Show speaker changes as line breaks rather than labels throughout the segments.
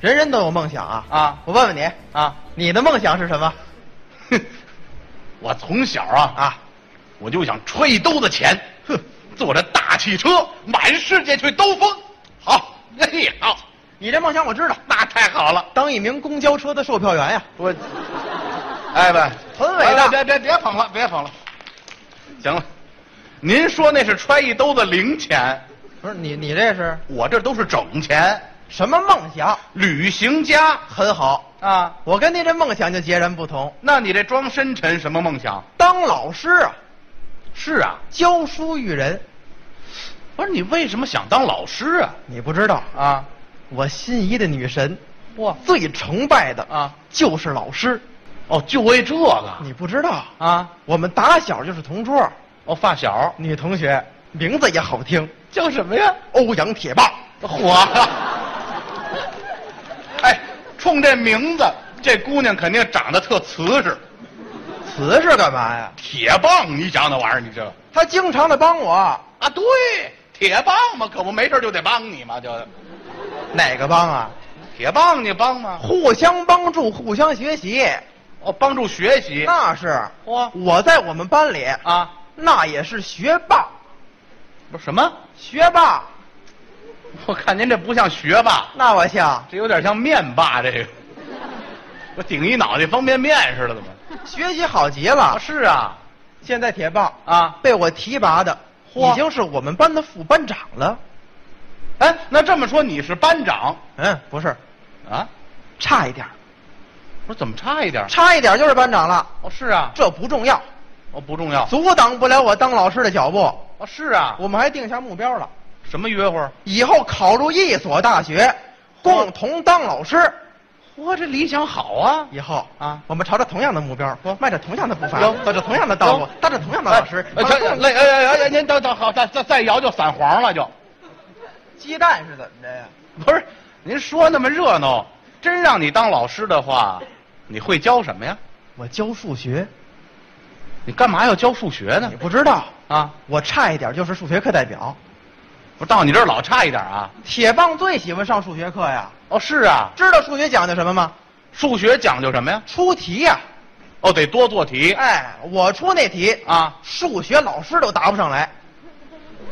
人人都有梦想啊
啊
我问问你，
啊，
你的梦想是什么？
哼， 我从小啊
啊，
我就想揣一兜子钱，哼，坐着大汽车满世界去兜风。好，哎呀，好，
你这梦想我知道，
那太好了。
当一名公交车的售票员呀、
我，哎喂，
很伟大
哎别别别捧了，别捧了。行了，您说那是揣一兜子零钱，
不是你，你这是
我这都是整钱。
什么梦想？
旅行家
很好，
啊，
我跟您这梦想就截然不同。
那你这装深沉什么梦想？
当老师啊，
是啊，
教书育人，
不是你为什么想当老师啊？
你不知道，
啊，
我心仪的女神，
哇
最崇拜的
啊，
就是老师。
哦，就为这个
你不知道，
啊？
我们打小就是同桌，
哦，发小
女同学名字也好听，
叫什么呀？
欧阳铁棒。
火！ 哎，冲这名字，这姑娘肯定长得特瓷实。
此是干嘛呀？
铁棒，你想那玩意儿，你这
他经常的帮我，
啊，对，铁棒嘛，可不没事就得帮你嘛，就
哪个帮啊？
铁棒，你帮吗？
互相帮助，互相学习，
哦，帮助学习。
那是。
哇
我在我们班里，
啊，
那也是学霸，
不是什么？
学霸。
我看您这不像学霸，
那我像
这有点像面霸，这个我顶一脑袋方便面似的，怎么？
学习好极了。
是啊，
现在铁棒
啊
被我提拔的，
嚯
已经是我们班的副班长了。
哎，那这么说你是班长
嗯，不是，
啊？
差一点儿，
我说怎么差一点？
差一点儿就是班长了。
哦，是啊，
这不重要，
哦不重要。
阻挡不了我当老师的脚步。
哦，是啊，
我们还定下目标了，
什么约会儿？
以后考入一所大
哦
学，共同当老师。
嚯，这理想好啊！
以后
啊哦
我们朝着同样的目标，迈着同样的步伐
有，
走着同样的道路
有，
当着同样的老师。
哎，
当
这
众
哎哎哎哎，您等等，好，再再再摇就散黄了就。
鸡蛋是怎么着呀？
不是，您说那么热闹，真让你当老师的话，你会教什么呀？
我教数学，
你干嘛要教数学呢
你？不知道，
啊，
我差一点就是数学课代表。
不是到你这儿老差一点啊？
铁棒最喜欢上数学课呀，
哦，是啊，
知道数学讲究什么吗？
数学讲究什么呀？
出题呀、
哦，得多做题。
哎，我出那题
啊
数学老师都答不上来。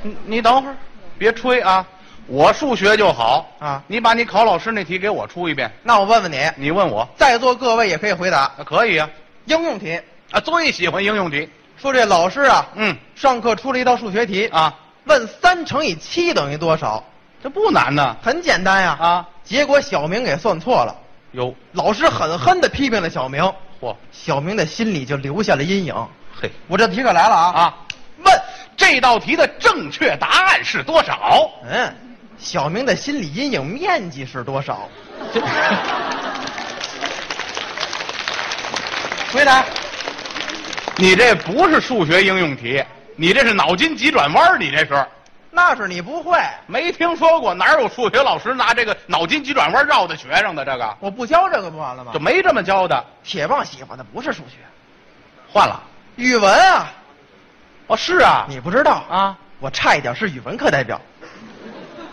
你你等会儿，别吹啊！我数学就好
啊
你把你考老师那题给我出一遍，
那我问问你，
你问我，
在座各位也可以回答
啊、可以啊？
应用题。
啊，最喜欢应用题。
说这老师啊，
嗯
上课出了一道数学题，
啊，
问三乘以七等于多少，
这不难呢。
很简单呀。
啊，
结果小明给算错了，
哟，
老师狠狠地批评了小明，
嚯，
小明的心里就留下了阴影。
嘿
我这题可来了啊！
啊！问这道题的正确答案是多少？
嗯，小明的心理阴影面积是多少？
这
回答。
你这不是数学应用题，你这是脑筋急转弯儿，你这是
那是你不会，
没听说过哪有数学老师拿这个脑筋急转弯绕的学生的？这个
我不教这个不完了吗
就？没这么教的。
铁棒喜欢的不是数学，
换了，
语文啊，
哦，是啊，
你不知道啊，
啊，
我差一点是语文课代表，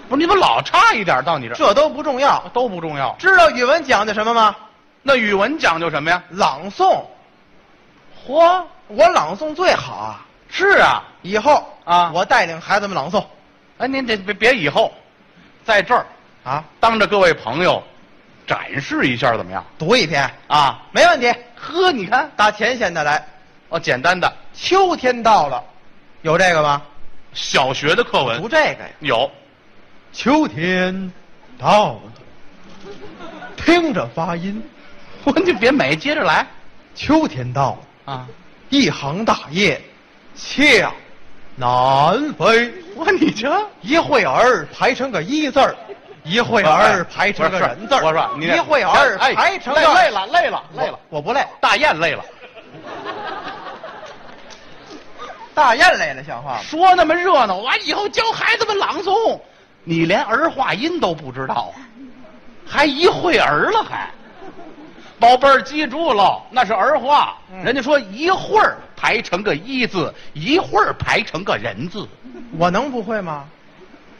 不是你怎么老差一点到你这儿啊
这都不重要。
都不重要。
知道语文讲究什么吗？
那语文讲究什么呀？
朗诵，
嚯，
我朗诵最好啊。
是啊，
以后
啊
我带领孩子们朗诵
哎，您这别别以后，在这儿
啊，
当着各位朋友展示一下怎么样？
读一篇，
啊，
没问题。
呵，你看，
打前显的来，
哦，简单的
秋天到了，有这个吗？
小学的课
读
文
这个呀。
有，
秋天到了，听着发音，
我你别美，接着来
秋天到了，
啊。
一行大雁向南飞。
我你这
一会儿排成个一字儿，一会儿排成个人字儿。
我说你
一会儿排成个
累累了累了累了，
我不累，
大雁累了，
大雁累了，像话吗？
说那么热闹，完以后教孩子们朗诵，你连儿化音都不知道啊，还一会儿了还。宝贝儿，记住喽，那是儿化。
嗯
人家说一会儿排成个一字，一会儿排成个人字，
我能不会吗？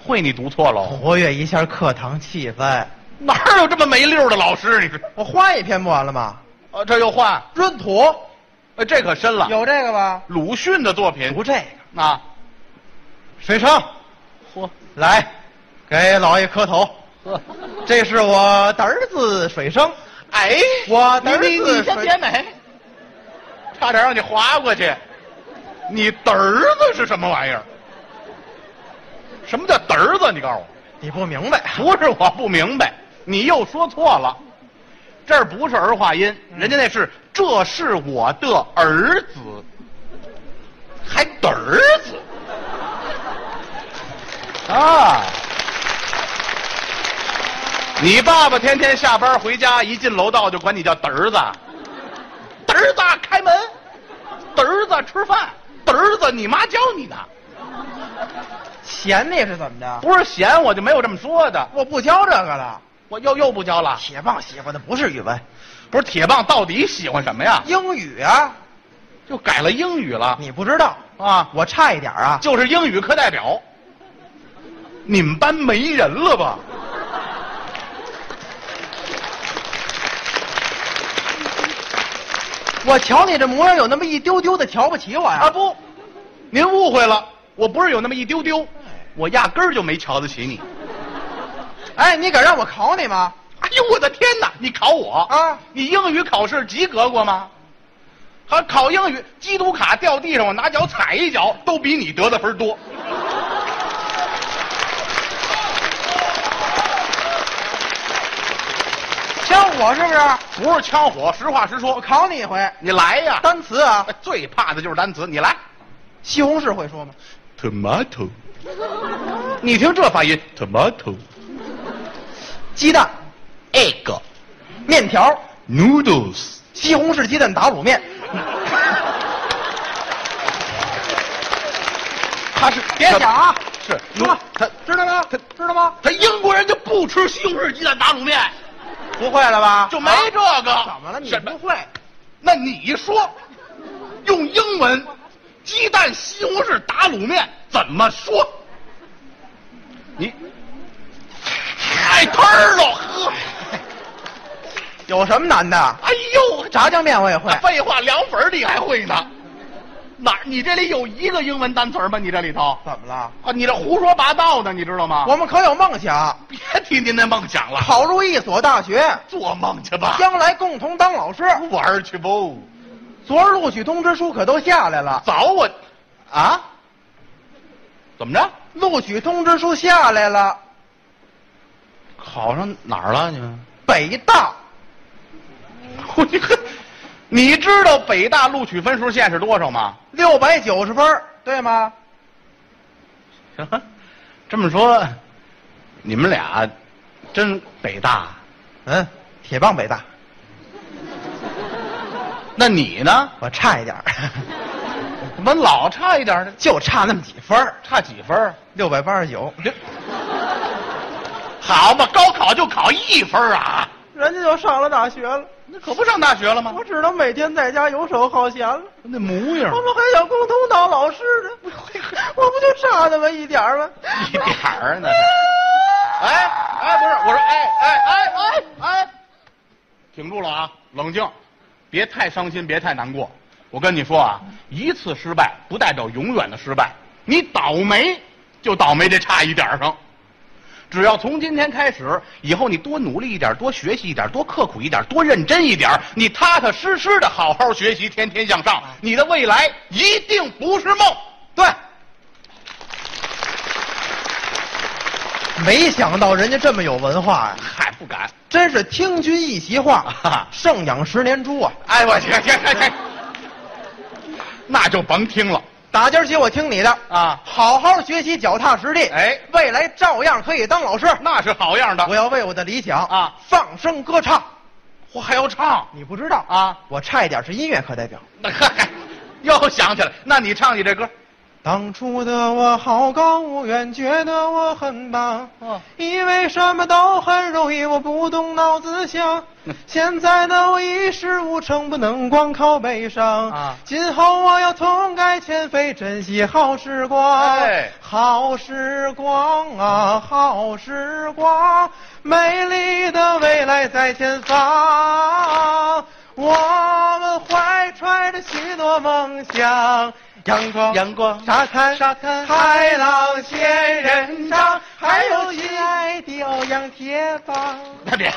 会你读错喽。
活跃一下课堂气氛，
哪儿有这么没溜儿的老师？你说，
我换一篇不完了吗？
呃，这又换，
闰土
呃，这可深了。
有这个吧？
鲁迅的作品
读这个，
啊，
水生
嚯
来，给老爷磕头。
呵，
这是我的儿子水生，
哎，
我的儿
你你你
子
先
水
别美，差点让你划过去。你嘚儿子是什么玩意儿？什么叫嘚儿子？你告诉我。
你不明白啊？
不是我不明白，你又说错了，这儿不是儿化音，人家那是这是我的儿子，还嘚儿子啊！你爸爸天天下班回家，一进楼道就管你叫嘚儿子，嘚儿子开门，嘚儿子吃饭，嘚儿子你妈教你的，
闲的是怎么着？
不是嫌我就没有这么说的，
我不教这个了。
我又又不教了。
铁棒喜欢的不是语文，
不是铁棒到底喜欢什么呀？
英语啊，
就改了英语了
你不知道，
啊，
我差一点啊，
就是英语课代表。你们班没人了吧？
我瞧你这模样有那么一丢丢的瞧不起我呀、
啊不，您误会了，我不是有那么一丢丢，我压根儿就没瞧得起你。
哎，你敢让我考你吗？
哎呦我的天哪！你考我
啊
你英语考试及格过吗？还考英语，机读卡掉地上，我拿脚踩一脚，都比你得的分多。
像我是不是？
不是枪火，实话实
我
说，
考你一回，
你来呀！
单词啊，
最怕的就是单词，你来。
西红柿会说吗？
tomato，你听这发音，tomato，egg，noodles，
鸡蛋、面条、西红柿鸡蛋打卤面，
他是
别想啊，
是
说吧
他
知道吗？知道吗？
他英国人就不吃西红柿鸡蛋打卤面，
不会了吧？
就没这个。
啊怎么了？你
什
不？会？
那你说，用英文，鸡蛋西红柿打卤面怎么说？你，海吞了，呵，
有什么难的？
哎呦，
炸酱面我也会
啊。废话，凉粉儿你还会呢？哪儿？你这里有一个英文单词儿吗？你这里头
怎么了？
啊，你这胡说八道呢，你知道吗？
我们可有梦想，
别提您那梦想了，
考入一所大学，
做梦去吧，
将来共同当老师。
玩儿去不？
昨儿录取通知书可都下来了
早我
啊！
怎么着？
录取通知书下来了，
考上哪儿了？你们？
北大
你看， 你知道北大录取分数线是多少吗？
六百九十分儿，对吗？
行，啊这么说，你们俩真北大？
嗯，铁棒北大，
那你呢？
我差一点儿，
怎么老差一点呢？
就差那么几分儿，
差几分儿？
六百八十九。
这好嘛，高考就考一分儿啊？
人家就上了大学了，
那可不上大学了吗？
我只能每天在家游手好闲了。
那模样
我们还想共同当老师 呢，我不就差那么一点儿吗？
一点儿呢？哎哎，不是，我说哎哎哎哎哎，挺住了啊，冷静，别太伤心，别太难过。我跟你说啊，一次失败不代表永远的失败，你倒霉就倒霉这差一点儿上。只要从今天开始，以后你多努力一点，多学习一点，多刻苦一点，多认真一点，你踏踏实实的好好学习，天天向上，你的未来一定不是梦。
对，没想到人家这么有文化呀、
嗨，不敢。，
真是听君一席话 胜养十年猪啊！
哎，我去去去去，那就甭听了
打今儿起我听你的，
啊！
好好学习，脚踏实地，
哎
未来照样可以当老师。
那是好样
我
的，
要为我的理想
啊
放声歌唱。
我还要唱
你不知道，
啊！
我差一点是音乐课代表。
那嗨，又想起来，那你唱你这歌，
当初的我好高骛远，觉得我很棒，
哦
以为什么都很容易，我不动脑子 想。现在的我一事无成，不能光靠悲伤。
啊
今后我要痛改前非，珍惜好时光。
哎
好时光啊，好时光，美丽的未来在前方。我们怀揣着许多梦想，阳光，
阳光
沙滩，
沙滩
海浪仙人掌，还有亲爱的欧阳铁棒。
别